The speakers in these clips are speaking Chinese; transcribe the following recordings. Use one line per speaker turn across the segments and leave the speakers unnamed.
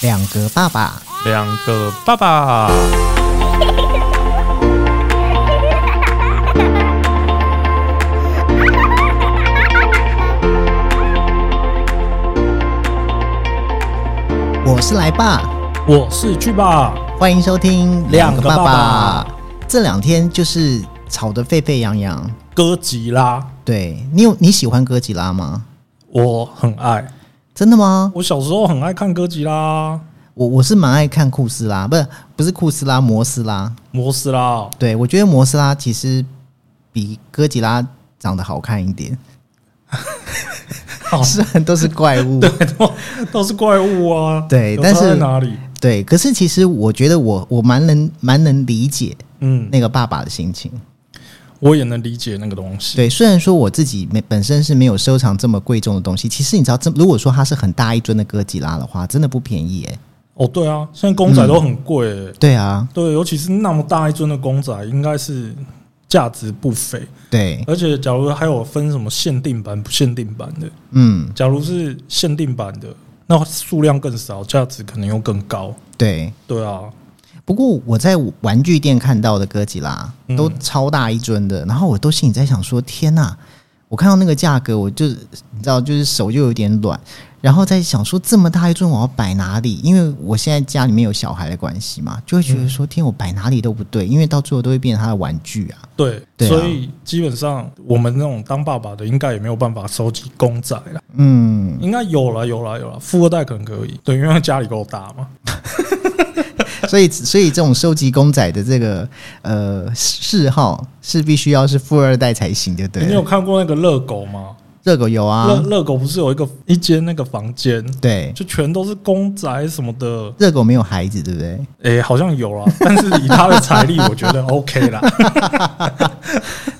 两个爸爸，
两个爸爸。
我是来爸，
我是去吧，
欢迎收听
两个爸爸
这两天就是吵得沸沸扬扬。
哥吉拉，
对你有你喜欢哥吉拉吗？
我很爱。
真的吗？
我小时候很爱看哥吉拉、
我我是蛮爱看库斯拉，不是不是库斯拉，摩斯拉。
摩斯拉 哦。
对我觉得摩斯拉其实比哥吉拉长得好看一点，
好
虽然都是怪物。
哦对，都都是怪物啊。
对
有
但
差在
是
哪里？
对，可是其实我觉得我我蛮能蛮能理解
嗯，
那个爸爸的心情。
我也能理解那个东西。
对，虽然说我自己没本身是没有收藏这么贵重的东西，其实你知道，这如果说它是很大一尊的哥吉拉的话，真的不便宜耶。
哦，对啊，现在公仔都很贵欸、
对啊，
对，尤其是那么大一尊的公仔，应该是价值不菲。
对，
而且，假如还有分什么限定版、不限定版的，
嗯，
假如是限定版的，那数量更少，价值可能又更高。
对。
对啊，
不过我在玩具店看到的哥吉拉
嗯
都超大一尊的，然后我都心里在想说：天呐！我看到那个价格，我就你知道，就是手就有点软，然后在想说这么大一尊我要摆哪里？因为我现在家里面有小孩的关系嘛，就会觉得说：天，我摆哪里都不对，因为到最后都会变成他的玩具啊。
对，
对啊
所以基本上我们那种当爸爸的，应该也没有办法收集公仔了。
嗯，
应该有了，有了，有了，富二代可能可以，对，因为家里够大嘛。
所以，所以这种收集公仔的这个呃嗜好是必须要是富二代才行，对不
你有
对？
看过那个热狗吗？
热狗有啊
热，热狗不是有一个一间那个房间，
对，
就全都是公仔什么的，
热狗没有孩子，对不对？
诶、好像有啦，但是以他的财力，我觉得 OK 啦。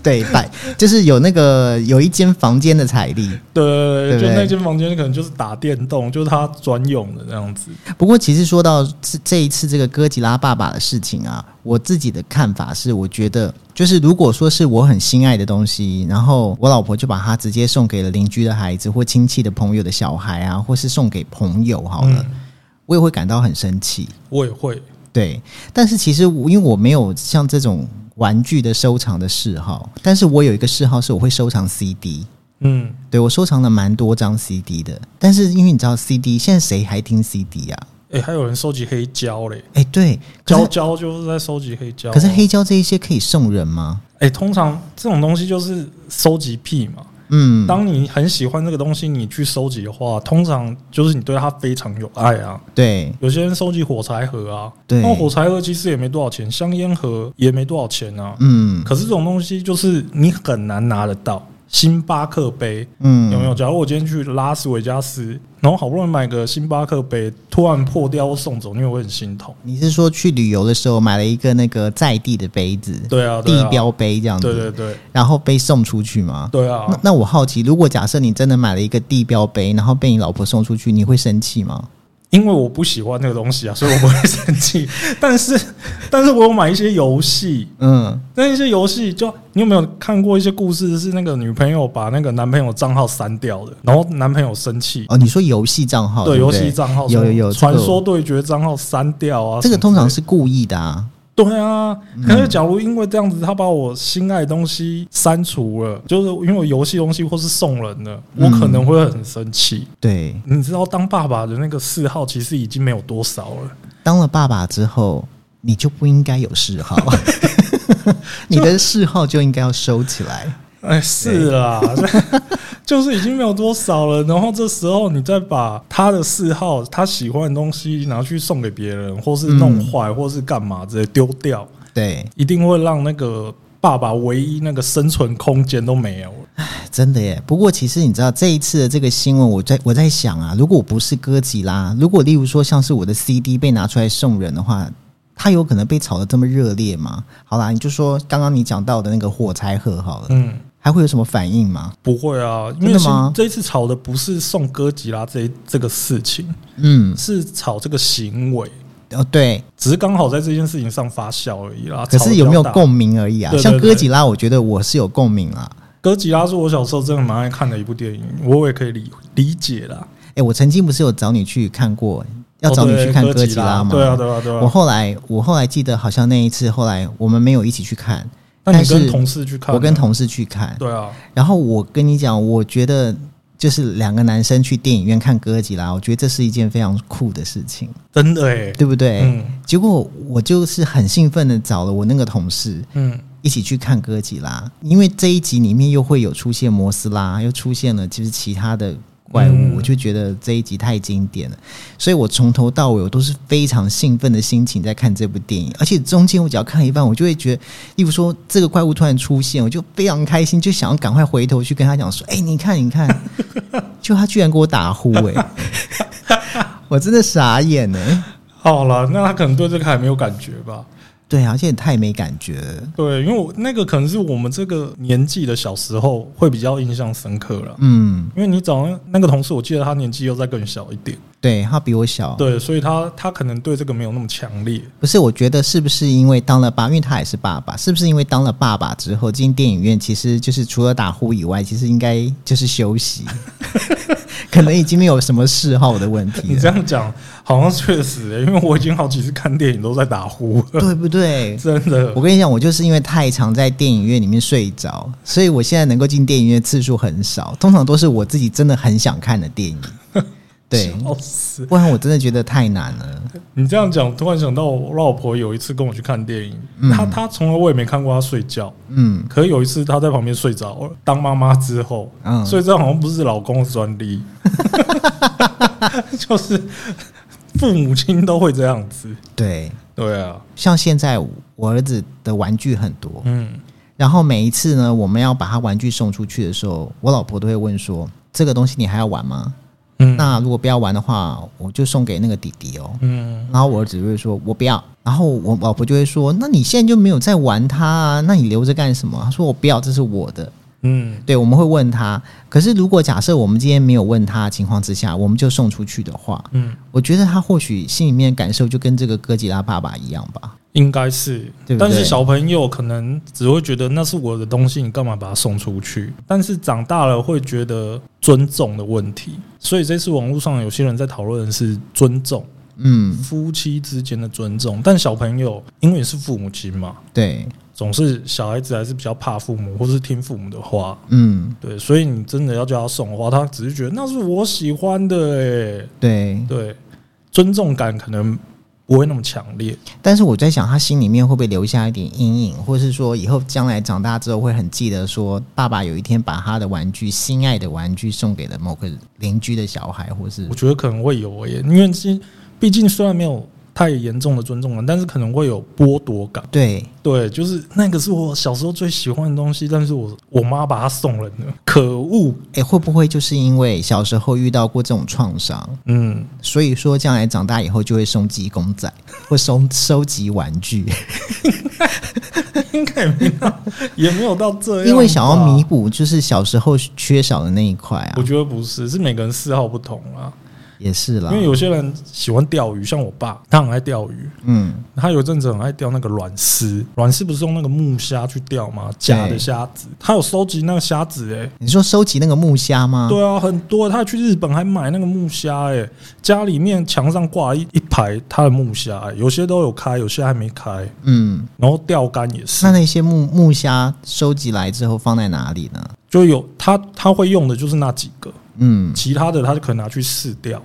对，摆就是有那个有一间房间的彩礼。
对对
对
对，
不
就
对
那间房间可能就是打电动，就是他专用的这样子。
不过，其实说到这这一次这个哥吉拉爸爸的事情啊，我自己的看法是，我觉得就是如果说是我很心爱的东西，然后我老婆就把它直接送给了邻居的孩子或亲戚的朋友的小孩啊，或是送给朋友好了，
嗯
我也会感到很生气。
我也会，
对，但是其实我因为我没有像这种玩具的收藏的嗜好，但是我有一个嗜好是我会收藏 CD。
嗯，
对我收藏了蛮多张 CD 的，但是因为你知道 CD 现在谁还听 CD 啊？
诶、还有人收集黑胶嘞，
哎，对，可
胶
是
胶就是在收集黑胶啊。
可是黑胶这一些可以送人吗？
哎、通常这种东西就是收集癖嘛。
嗯，
当你很喜欢这个东西，你去收集的话，通常就是你对它非常有爱啊。
对
有些人收集火柴盒啊，
对
那火柴盒其实也没多少钱，香烟盒也没多少钱啊。
嗯
可是这种东西就是你很难拿得到。星巴克杯
嗯，
有没有？假如我今天去拉斯维加斯，然后好不容易买个星巴克杯，突然破掉或送走，你也会很心痛。
你是说去旅游的时候买了一个那个在地的杯子，
对啊，对啊
地，标杯这样子，
对对对
然后被送出去吗？
对啊。
那那我好奇，如果假设你真的买了一个地标杯，然后被你老婆送出去，你会生气吗？
因为我不喜欢那个东西啊，所以我不会生气。 但是，但是我有买一些游戏，
嗯，
那一些游戏就你有没有看过一些故事？是那个女朋友把那个男朋友账号删掉的，然后男朋友生气，
哦，你说游戏账号
对
不
游戏账号
有有有
传
这个
说对决账号删掉啊。
这个
什么之类的
通常是嗯故意的啊，
对啊，可是假如因为这样子，他把我心爱的东西删除了，就是因为我游戏东西或是送人了，我
嗯
可能会很生气。
对。
你知道，当爸爸的那个嗜好其实已经没有多少了。
当了爸爸之后，你就不应该有嗜 好， 你的嗜好就应该要收起来。
哎，是啦， 就就是已经没有多少了。然后这时候你再把他的嗜好、他喜欢的东西拿去送给别人，或是弄坏，或是干嘛直接丢掉，
对，
一定会让那个爸爸唯一那个生存空间都没有了。
真的耶。不过其实你知道这一次的这个新闻，我在我在想啊，如果不是哥吉拉，如果例如说像是我的 CD 被拿出来送人的话，它有可能被炒得这么热烈吗？好啦，你就说刚刚你讲到的那个火柴盒好了，
嗯，
还会有什么反应吗？
不会啊，因
真
为
的吗
是这一次吵的不是送哥吉拉这一这个事情，
嗯，
是吵这个行为，
哦对，
只是刚好在这件事情上发酵而已啦。
可
吵
是
得比
有没有
较大
共鸣而已啊？
对对
像哥
对
吉拉，我觉得我是有共鸣啊。
哥吉拉是我小时候真的蛮爱看的一部电影，我也可以理理解啦。
哎、我曾经不是有找你去看过要找你去看
哦对
哥
哥
吉拉嘛。
对啊，对啊，对
我
啊。
后来我后来记得好像那一次，后来我们没有一起去看，
那
但
你
是
跟同事去看？
我跟同事去看。
对啊，
然后我跟你讲，我觉得就是两个男生去电影院看哥吉拉，我觉得这是一件非常酷的事情，
真的哎，
对不对？
嗯
结果我就是很兴奋的找了我那个同事
嗯，
一起去看哥吉拉，因为这一集里面又会有出现摩斯拉，又出现了就是其他的怪物，
嗯
我就觉得这一集太经典了，所以我从头到尾我都是非常兴奋的心情在看这部电影，而且中间我只要看一半，我就会觉得，例如说这个怪物突然出现，我就非常开心，就想要赶快回头去跟他讲说，哎、你看你看，就他居然给我打呼、哎， 我真的傻眼呢、
好了，那他可能对这个还没有感觉吧？
对啊，而且也太没感觉了，
对，因为我那个可能是我们这个年纪的小时候会比较印象深刻了。
嗯，
因为你找那那个同事，我记得他年纪又再更小一点，
对他比我小，
对，所以他他可能对这个没有那么强烈。
不是，我觉得是不是因为当了爸，因为他也是爸爸，是不是因为当了爸爸之后进电影院，其实就是除了打呼以外，其实应该就是休息， 可能已经没有什么嗜好的问题
你 这
了，
样讲好像确实、欸，因为我已经好几次看电影都在打呼了，
对不对？
真的
我。跟你讲，我就是因为太常在电影院里面睡着，所以我现在能够进电影院次数很少，通常都是我自己真的很想看的电影， 对，
笑死！
不然我真的觉得太难了。
你这样讲，突然想到我老婆有一次跟我去看电影，
嗯
她她从来我也没看过她睡觉，
嗯，
可有一次她在旁边睡着了。当妈妈之后，
嗯
所以这好像不是老公的专 利，就是父母亲都会这样子。
对，
对啊，
像现在我儿子的玩具很多，
嗯，
然后每一次呢，我们要把他玩具送出去的时候，我老婆都会问说：“这个东西你还要玩吗？”
嗯
那如果不要玩的话，我就送给那个弟弟哦。
嗯，
然后我儿子就会说：“我不要。”然后我老婆就会说：“那你现在就没有在玩它啊？那你留着干什么？”他说：“我不要，这是我的。”
嗯，
对，我们会问他。可是如果假设我们今天没有问他的情况之下，我们就送出去的话，
嗯，
我觉得他或许心里面的感受就跟这个哥吉拉爸爸一样吧。
应该是，
对不对
但是小朋友可能只会觉得那是我的东西，你干嘛把它送出去？但是长大了会觉得尊重的问题，所以这次网络上有些人在讨论的是尊重，
嗯，
夫妻之间的尊重。但小朋友因为你是父母亲嘛，
对，
总是小孩子还是比较怕父母，或是听父母的话。
嗯，
对，所以你真的要叫他送的话，他只是觉得那是我喜欢的、欸，
对。
对，尊重感可能不会那么强烈。
但是我在想，他心里面会不会留下一点阴影，或是说以后将来长大之后会很记得，说爸爸有一天把他的玩具、心爱的玩具送给了某个邻居的小孩，或是
我觉得可能会有耶，因为毕毕竟虽然没有太严重的尊重感，但是可能会有剥夺感。
对
对，就是那个是我小时候最喜欢的东西，但是我我妈把它送人了，可恶。
诶，会不会就是因为小时候遇到过这种创伤，
嗯，
所以说将来长大以后就会收集公仔，或收收集玩具，
应该也没到，也没有到这样，
因为想要弥。补就是小时候缺少的那一块啊
我，觉得不是，是每个人嗜好不同啦。
也是啦
因，为有些人喜欢钓鱼，像我爸，他很爱钓鱼，
嗯，
他有一阵子很爱钓那个软丝，软丝不是用那个木虾去钓吗？假的
对
虾子，他有收集那个虾子哎、
你说收集那个木虾吗？
对啊，很多，他去日本还买那个木虾，哎，家里面墙上挂一一排他的木虾、欸，有些都有开，有些还没开，
嗯，
然后钓竿也是
那，那些木木虾收集来之后放在哪里呢？
就有他他会用的就是那几个，
嗯
其他的他就可能拿去试钓，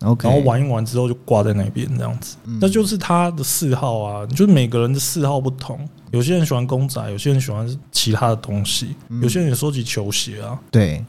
，OK，嗯
然后玩一玩之后就挂在那边这样子，那就是他的嗜好啊，就是每个人的嗜好不同，有些人喜欢公仔，有些人喜欢其他的东西，
嗯
有些人也收集球鞋啊，
对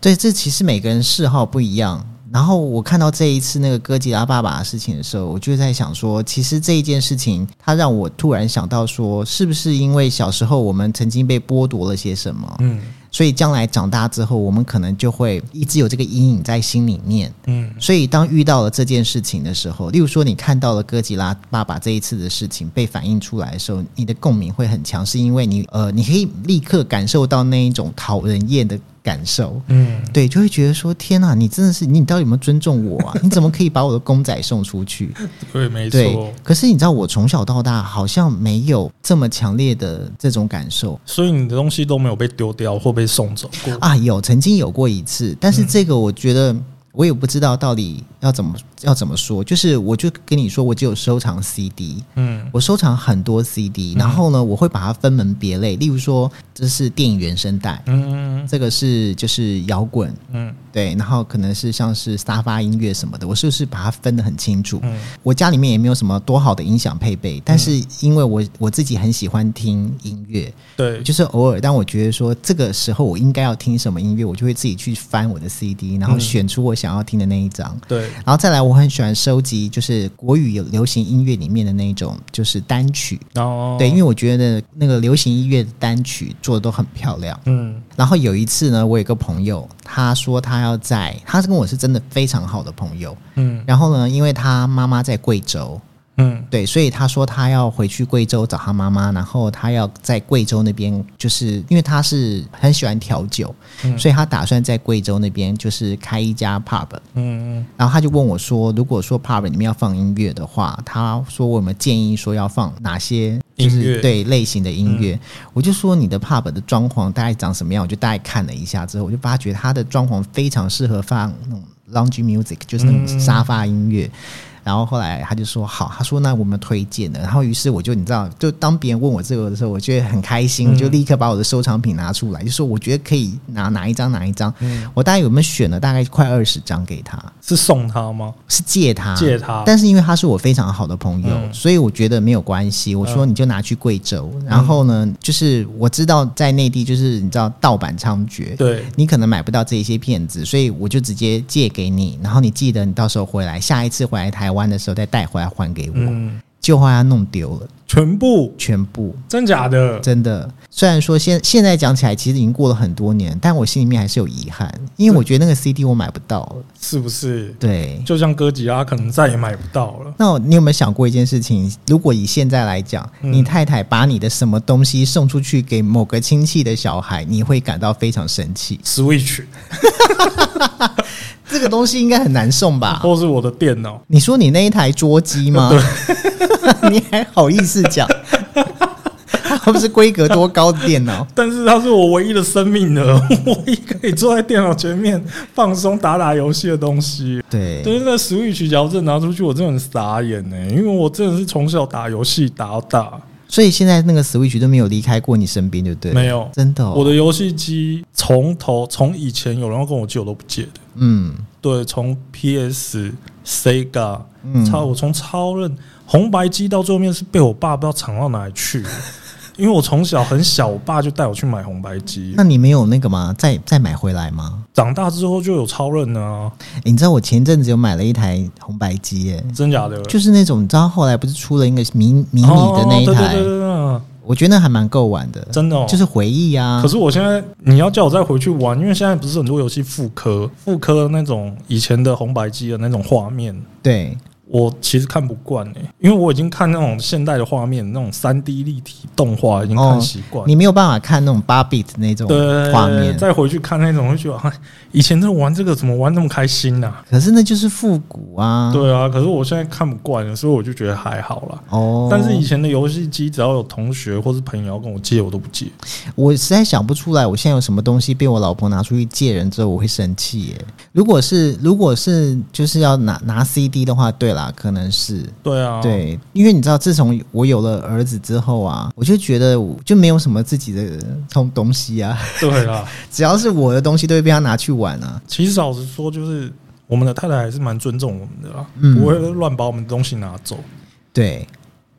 对，这其实每个人嗜好不一样。然后我看到这一次那个哥吉拉爸爸的事情的时候，我就在想说，其实这一件事情，它让我突然想到说，是不是因为小时候我们曾经被剥夺了些什么，
嗯
所以将来长大之后，我们可能就会一直有这个阴影在心里面。
嗯
所以当遇到了这件事情的时候，例如说你看到了哥吉拉爸爸这一次的事情被反映出来的时候，你的共鸣会很强，是因为你呃，你可以立刻感受到那一种讨人厌的感 受。
嗯，
对，就会觉得说天啊，你真的是你，到底有没有尊重我啊？你怎么可以把我的公仔送出去？
对，没
对
错。，
可是你知道，我从小到大好像没有这么强烈的这种感受
所以你的东西都没有被丢掉或被送走过
啊
嗯
啊。有曾经有过一次，但是这个我觉得我也不知道到底要怎么要怎么说，就是我就跟你说，我只有收藏 CD，
嗯
我收藏很多 CD，然后呢，我会把它分门别类，例如说这是电影原声带，
嗯
这个是就是摇滚，
嗯
对，然后可能是像是沙发音乐什么的，我是不是把它分得很清楚？
嗯
我家里面也没有什么多好的音响配备，但是因为我我自己很喜欢听音乐，
对，
就是偶尔当我觉得说这个时候我应该要听什么音乐，我就会自己去翻我的 CD，然后选出我想要听的那一张。
对，
然后再来，我很喜欢收集，就是国语有流行音乐里面的那一种，就是单曲。
然后
对，因为我觉得那个流行音乐的单曲做的都很漂亮。
嗯
然后有一次呢，我有一个朋友，他说他要在，他跟我是真的非常好的朋友。
嗯
然后呢，因为他妈妈在贵州，
嗯
对，所以他说他要回去贵州找他妈妈，然后他要在贵州那边，就是因为他是很喜欢调酒，
嗯
所以他打算在贵州那边就是开一家 pub。
嗯
然后他就问我说，如果说 pub 里面要放音乐的话，他说我有没有建议说要放哪些？就
音
是
乐嗯
对类型的音乐，我就说你的 pub 的装潢大概长什么样，我就大概看了一下之后，我就发觉它的装潢非常适合放那种 lounge music，就是那种
嗯
沙发音乐。然后后来他就说好，他说那我们推荐的，然后于是我就你知道，就当别人问我这个的时候，我觉得很开心，
嗯
我就立刻把我的收藏品拿出来，就说我觉得可以拿哪一张哪一张，
嗯，
我大概有没有选了大概快二十张给他，
是送他吗？
是借他，
借他
啊但是因为他是我非常好的朋友，
嗯
所以我觉得没有关系。我说你就拿去贵州，然后呢，就是我知道在内地就是你知道盗版猖獗，
对，
你可能买不到这一些片子，所以我就直接借给你，然后你记得你到时候回来，下一次回来台湾的时候再带回来还给我。
嗯，
就后来他弄丢了，
全部
全部
真假的，
真的。虽然说现现在讲起来，其实已经过了很多年，但我心里面还是有遗憾，因为我觉得那个 CD 我买不到了。
是不是？
对，
就像哥吉拉可能再也买不到了。
那你有没有想过一件事情？如果以现在来讲，
嗯
你太太把你的什么东西送出去给某个亲戚的小孩，你会感到非常生气。
Switch
这个东西应该很难送吧？
或是我的电脑，
你说你那一台桌机吗？ 你还好意思讲？它不是规格多高的电脑？
但是它是我唯一的生命了， 我唯一可以坐在电脑前面放松打打游戏的东西。
对，
就是那 Switch 摇着拿出去，我真的很傻眼呢、因为我真的是从小打游戏打到大，
所以现在那个 Switch 都没有离开过你身边，对不对？
没有
真的、哦。
我的游戏机从头从以前有人要跟我借，我都不借的。
嗯
对，从 PS、Sega，
嗯
超我从超任红白机到最后面是被我爸不知道藏到哪里去了，因为我从小很小，我爸就带我去买红白机
那。你没有那个吗？再再买回来吗？
长大之后就有超任啊，
你知道我前阵子有买了一台红白机耶、
真假的？
就是那种，你知道后来不是出了一个迷迷你的那一
哦对对
台，
对对对，
我觉得那还蛮够玩的，
真的、哦。
就是回忆啊
可。是我现在你要叫我再回去玩，因为现在不是很多游戏复刻复刻那种以前的红白机的那种画面，
对，
我其实看不惯哎、因为我已经看那种现代的画面，那种三 D 立体动画已经
哦
看习惯了。
你没有办法看那种八 bit 那种
对，
画面，
再回去看那种，会觉得哎以前这玩这个怎么玩那么开心呐、
可是那就是复古啊。
对啊，可是我现在看不惯了，所以我就觉得还好啦。
哦，
但是以前的游戏机，只要有同学或是朋友要跟我借，我都不借。
我实在想不出来，我现在有什么东西被我老婆拿出去借人之后，我会生气耶。如果是如果是就是要拿拿 CD 的话，对啦，可能是
对啊，，
对，因为你知道，自从我有了儿子之后啊，我就觉得我就没有什么自己的东东西啊。
对啦。
只要是我的东西都会被他拿去玩啊。
其实老实说，就是我们的太太还是蛮尊重我们的啦，
嗯
不会乱把我们的东西拿走。
对，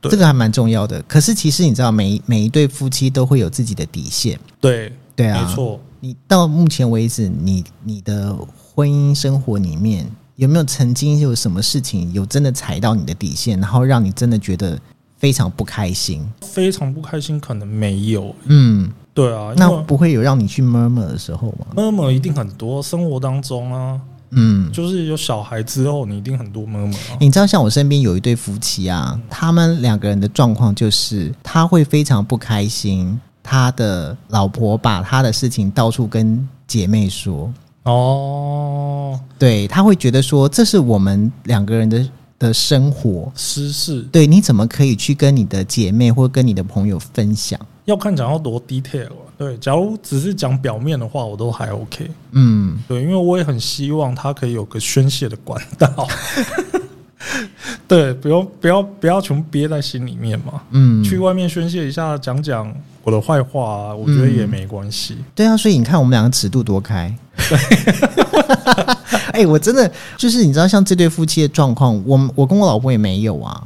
对
这个还蛮重要的。可是其实你知道，每每一对夫妻都会有自己的底线。
对，
对啊，
没。错。
你到目前为止，你你的婚姻生活里面有没有曾经有什么事情有真的踩到你的底线，然后让你真的觉得非常不开心？
非常不开心，可能没有。
嗯，
对啊，因
那
为
不会有让你去 murmur 的时候吗？
妈妈一定很多，生活当中啊，
嗯。
就是有小孩之后，你一定很多妈妈啊。
你知道，像我身边有一对夫妻啊，他们两个人的状况就是，他会非常不开心，他的老婆把他的事情到处跟姐妹说，
哦，
对他会觉得说，这是我们两个人的的生活，
私事
对，你怎么可以去跟你的姐妹或跟你的朋友分享？
要看讲要多 detail 啊，对，假如只是讲表面的话，我都还 OK。
嗯，
对，因为我也很希望它可以有个宣泄的管道。 对，不用不要不要全部憋在心里面嘛，
嗯，
去外面宣泄一下，讲讲我的坏话、啊，我觉得也没关系。
对啊，所以你看我们两个尺度多开。 哎、我真的就是你知道，像这对夫妻的状况，我们我跟我老婆也没有啊，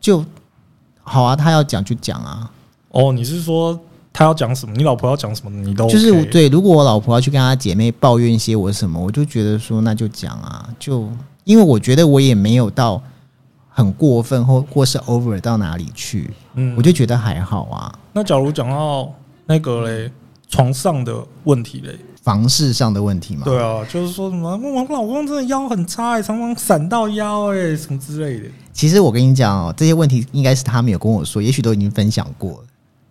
就好啊，他要讲就讲啊，
哦，你是说他要讲什么，你老婆要讲什么，你都、OK、
就是对。如果我老婆要去跟她姐妹抱怨一些我什么，我就觉得说那就讲啊，就因为我觉得我也没有到很过分或或是 over 到哪里去，
嗯
我就觉得还好啊，
那假如讲到那个嘞，床上的问题嘞，
房事上的问题嘛。
对啊，就是说什么我老公真的腰很差、欸，常常闪到腰哎、什么之类的，
其实我跟你讲哦，这些问题应该是他们有跟我说，也许都已经分享过了。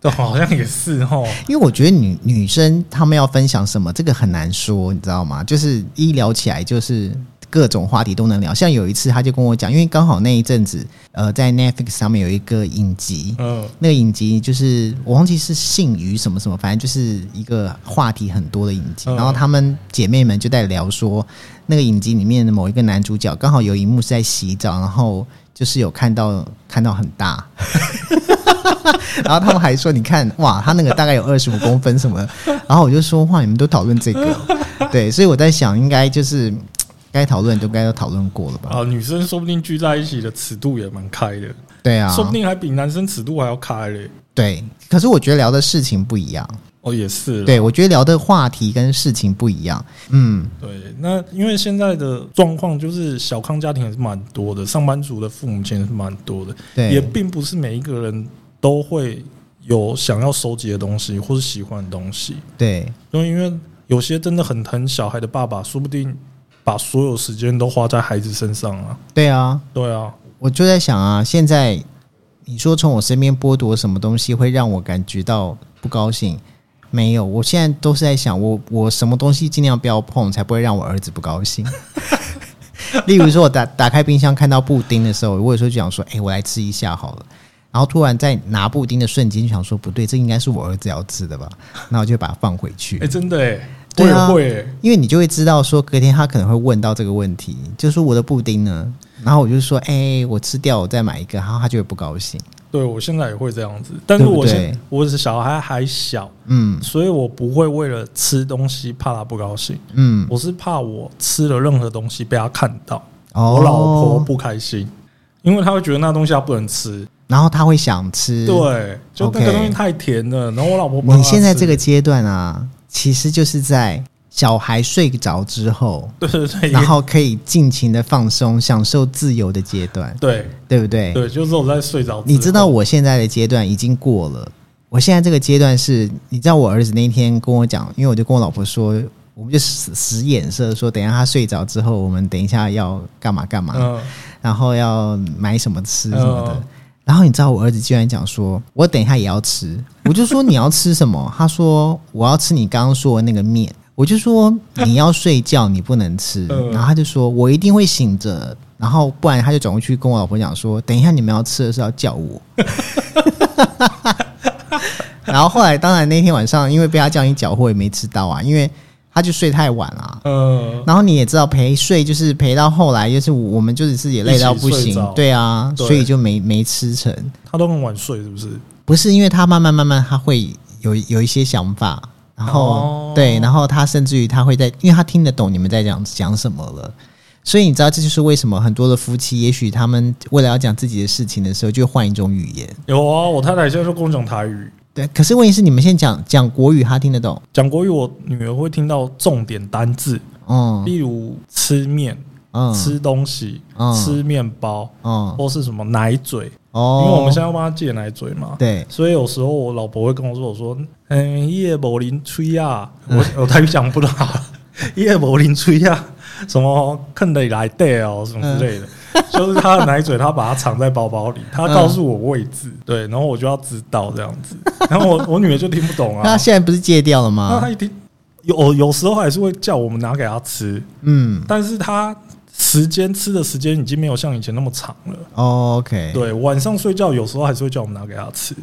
对，好像也是 哦。
因为我觉得女女生她们要分享什么，这个很难说，你知道吗？就是一聊起来就是各种话题都能聊。像有一次，她就跟我讲，因为刚好那一阵子，呃，在 Netflix 上面有一个影集，
嗯
那个影集就是我忘记是姓于什么什么，反正就是一个话题很多的影集。
嗯
然后她们姐妹们就在聊说，那个影集里面的某一个男主角刚好有一幕是在洗澡，然后就是有看到看到很大， 然后他们还说你看哇，他那个大概有二十五公分什么的。然后我就说哇，你们都讨论这个，哦对，所以我在想，应该就是嘖该讨论都该都讨论过了吧？
啊，女生说不定聚在一起的尺度也蛮开的，
对啊，
说不定还比男生尺度还要开嘞。
对。可是我觉得聊的事情不一样。
哦，也是啦，
对，我觉得聊的话题跟事情不一样。嗯，
对，那因为现在的状况就是小康家庭也是蛮多的，上班族的父母亲也是蛮多的，
对，
也并不是每一个人都会有想要收集的东西或是喜欢的东西，
对，
因为因为有些真的很疼小孩的爸爸，说不定把所有时间都花在孩子身上啊。
对啊，
对啊，
我就在想啊，现在你说从我身边剥夺什么东西会让我感觉到不高兴？没有，我现在都是在想，我我什么东西尽量不要碰，才不会让我儿子不高 兴。例如说，我打打开冰箱看到布丁的时候，我有时候就想说，哎、我来吃一下好了。然后突然在拿布丁的瞬间，就想说不对，这应该是我儿子要吃的吧？那我就把它放回去
哎、。真的哎、我
对
也
啊
会、欸，
因为你就会知道说，隔天他可能会问到这个问题，就说我的布丁呢，然后我就说，哎、我吃掉，我再买一个，然后他就会不高兴。
对我现在也会这样子，但是
对不
我
对
现我的小孩还小，
嗯
所以我不会为了吃东西怕他不高兴，
嗯，
我是怕我吃了任何东西被他看到，
哦
我老婆，不开心，因为她会觉得那东西她不能吃，
然后他会想吃。，
对，就那个
OK
东西太甜了，然后我老婆不让
你
她吃
现在这个阶段啊，其实就是在小孩睡着之后，
对对对，
然后可以尽情的放松，享受自由的阶段，
对
对不对？
对，就是我在睡着之后，
你知道我现在的阶段已经过了，我现在这个阶段是，你知道我儿子那一天跟我讲，因为我就跟我老婆说，我们就使使眼色说，等一下他睡着之后，我们等一下要干嘛干嘛，
嗯，
然后要买什么吃什么的。
嗯
然后你知道我儿子居然讲说，我等一下也要吃，我就说你要吃什么？他说我要吃你刚刚说的那个面。我就说你要睡觉，你不能吃。
嗯
然后他就说我一定会醒着，然后不然他就转过去跟我老婆讲说，等一下你们要吃的时候要叫我。 然后后来当然那天晚上因为被他这样一搅和，也没吃到啊，因为他就睡太晚了、啊
呃，
然后你也知道陪睡就是陪到后来，就是我们就只是也累到不
一起睡
行
着，
对啊，
对
所以就没没吃成。
他都很晚睡，是不是？
不是因为他慢慢慢慢他会有有一些想法，然后、
哦
对，然后他甚至于他会在，因为他听得懂你们在讲讲什么了。所以你知道，这就是为什么很多的夫妻，也许他们为了要讲自己的事情的时候，就换一种语言。
有啊，我太太现在就跟我讲台语，
对，可是问题是，你们先讲讲国语，他听得懂。
讲国语，我女儿会听到重点单字，
嗯
例如吃面、
嗯，
吃东西、
嗯
吃面包，
嗯
或是什么奶嘴，因
哦，
为我们现在要帮她戒奶嘴嘛。
对
所以有时候我老婆会跟我说：“我说，嗯，夜某林吹呀，我我台语讲不到，夜某林吹呀，什么坑得来带哦，什么之类的，就是她的奶嘴，她把它藏在包包里，她告诉我位置，对，然后我就要知道这样子，然后我 我女儿就听不懂啊
那，啊现在不是戒掉了
那
吗
哦她？一听有有时候还是会叫我们拿给她吃，
嗯，
但是她时间吃的时间已经没有像以前那么长了。
哦，OK，，
对，晚上睡觉有时候还是会叫我们拿给他吃。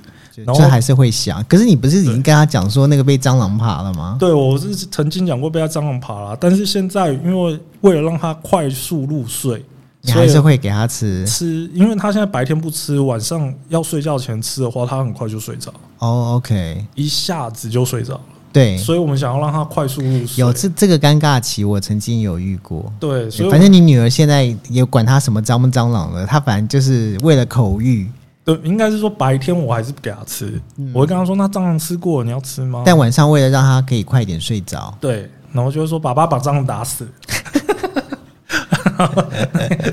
然后
这还是会想。可是你不是已经跟他讲说那个被蟑螂爬了吗？
对我是曾经讲过被他蟑螂爬啦，但是现在因为为了让他快速入睡，
你
所
还
以
是会给他吃。
吃，因为他现在白天不吃，晚上要睡觉前吃的话，他很快就睡着，
哦，OK，
一下子就睡着了。
对，
所以我们想要让他快速入睡。
有这这个尴尬期，我曾经有遇过。
对，所以
反正你女儿现在也管她什么蟑不蟑螂了，她反正就是为了口欲，
对，应该是说白天我还是不给他吃，我会跟他说：“那蟑螂吃过，你要吃吗？”
嗯但晚上为了让她可以快点睡着，
对，然后就会说：“爸爸把蟑螂 打死。”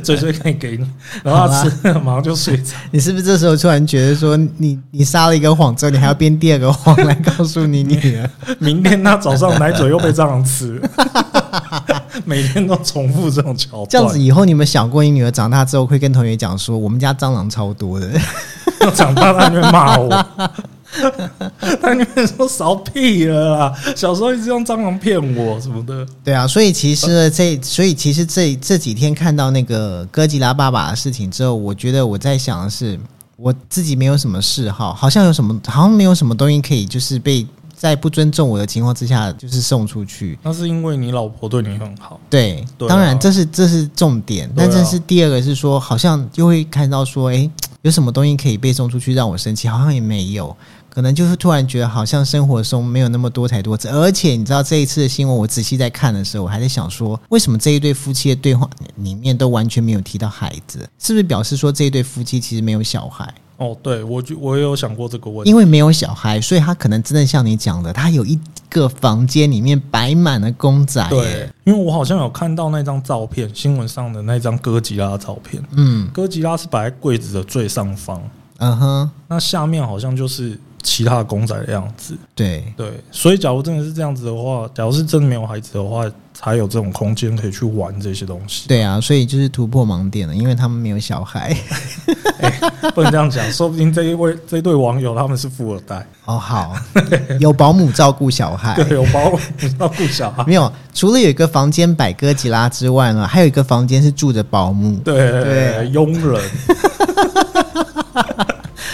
嘴嘴可以给你，然后他吃了 马上就睡着。
你是不是这时候突然觉得说你你撒了一个谎之后，你还要编第二个谎来告诉你女 儿？
明天他早上奶嘴又被蟑 螂吃了，每天都重复这种桥段。
这样子以后你们想过你女儿长大之后会跟同学讲说我们家蟑螂超多的？
长大他就会骂我，他就会说少屁了啦，小时候一直用蟑螂骗我什么的。
对啊，所以其实呢，这所以其实这这几天看到那个哥吉拉爸爸的事情之后，我觉得我在想的是，我自己没有什么嗜好，好像有什么，好像没有什么东西可以就是被在不尊重我的情况之下，就是送出去。
那是因为你老婆对你很好，
对，
对啊
当然这是这是重点，
对啊
但这是第二个是说，好像就会看到说，诶，有什么东西可以被送出去让我生气，好像也没有。可能就是突然觉得好像生活中没有那么多才多姿，而且你知道这一次的新闻，我仔细在看的时候，我还在想说，为什么这一对夫妻的对话里面都完全没有提到孩子？是不是表示说这一对夫妻其实没有小孩？
哦，对我就我也有想过这个问题。
因为没有小孩，所以他可能真的像你讲的，他有一个房间里面摆满了公仔。
对，，因为我好像有看到那张照片，新闻上的那张哥吉拉的照片。
嗯
哥吉拉是摆在柜子的最上方，
嗯哼，
那下面好像就是其他的公仔的样子。
对。
对，所以假如真的是这样子的话，假如是真的没有孩子的话，才有这种空间可以去玩这些东西。
对啊，所以就是突破盲点了，因为他们没有小 孩。
不能这样讲，说不定这一位这一对网友他们是富二代，
哦，好， 有保姆照顾小孩。
对，有保姆照顾小孩，
没有，除了有一个房间摆哥吉拉之外呢，还有一个房间是住着保姆。
对
对，
佣人，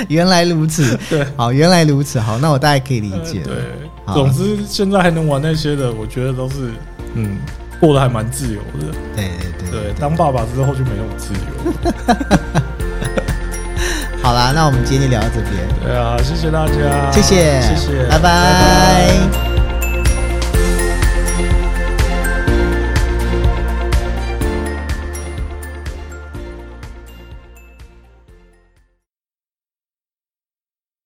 原来如此，
对
好，原来如此，好，那我大概可以理解。
对，
好
总之现在还能玩那些的，我觉得都是嗯，过得还蛮自由的。
对对对，
对，当爸爸之后就没那么自由。
好啦，那我们今天就聊到这边，
对啊，谢谢大家，
谢谢，
谢谢，
拜拜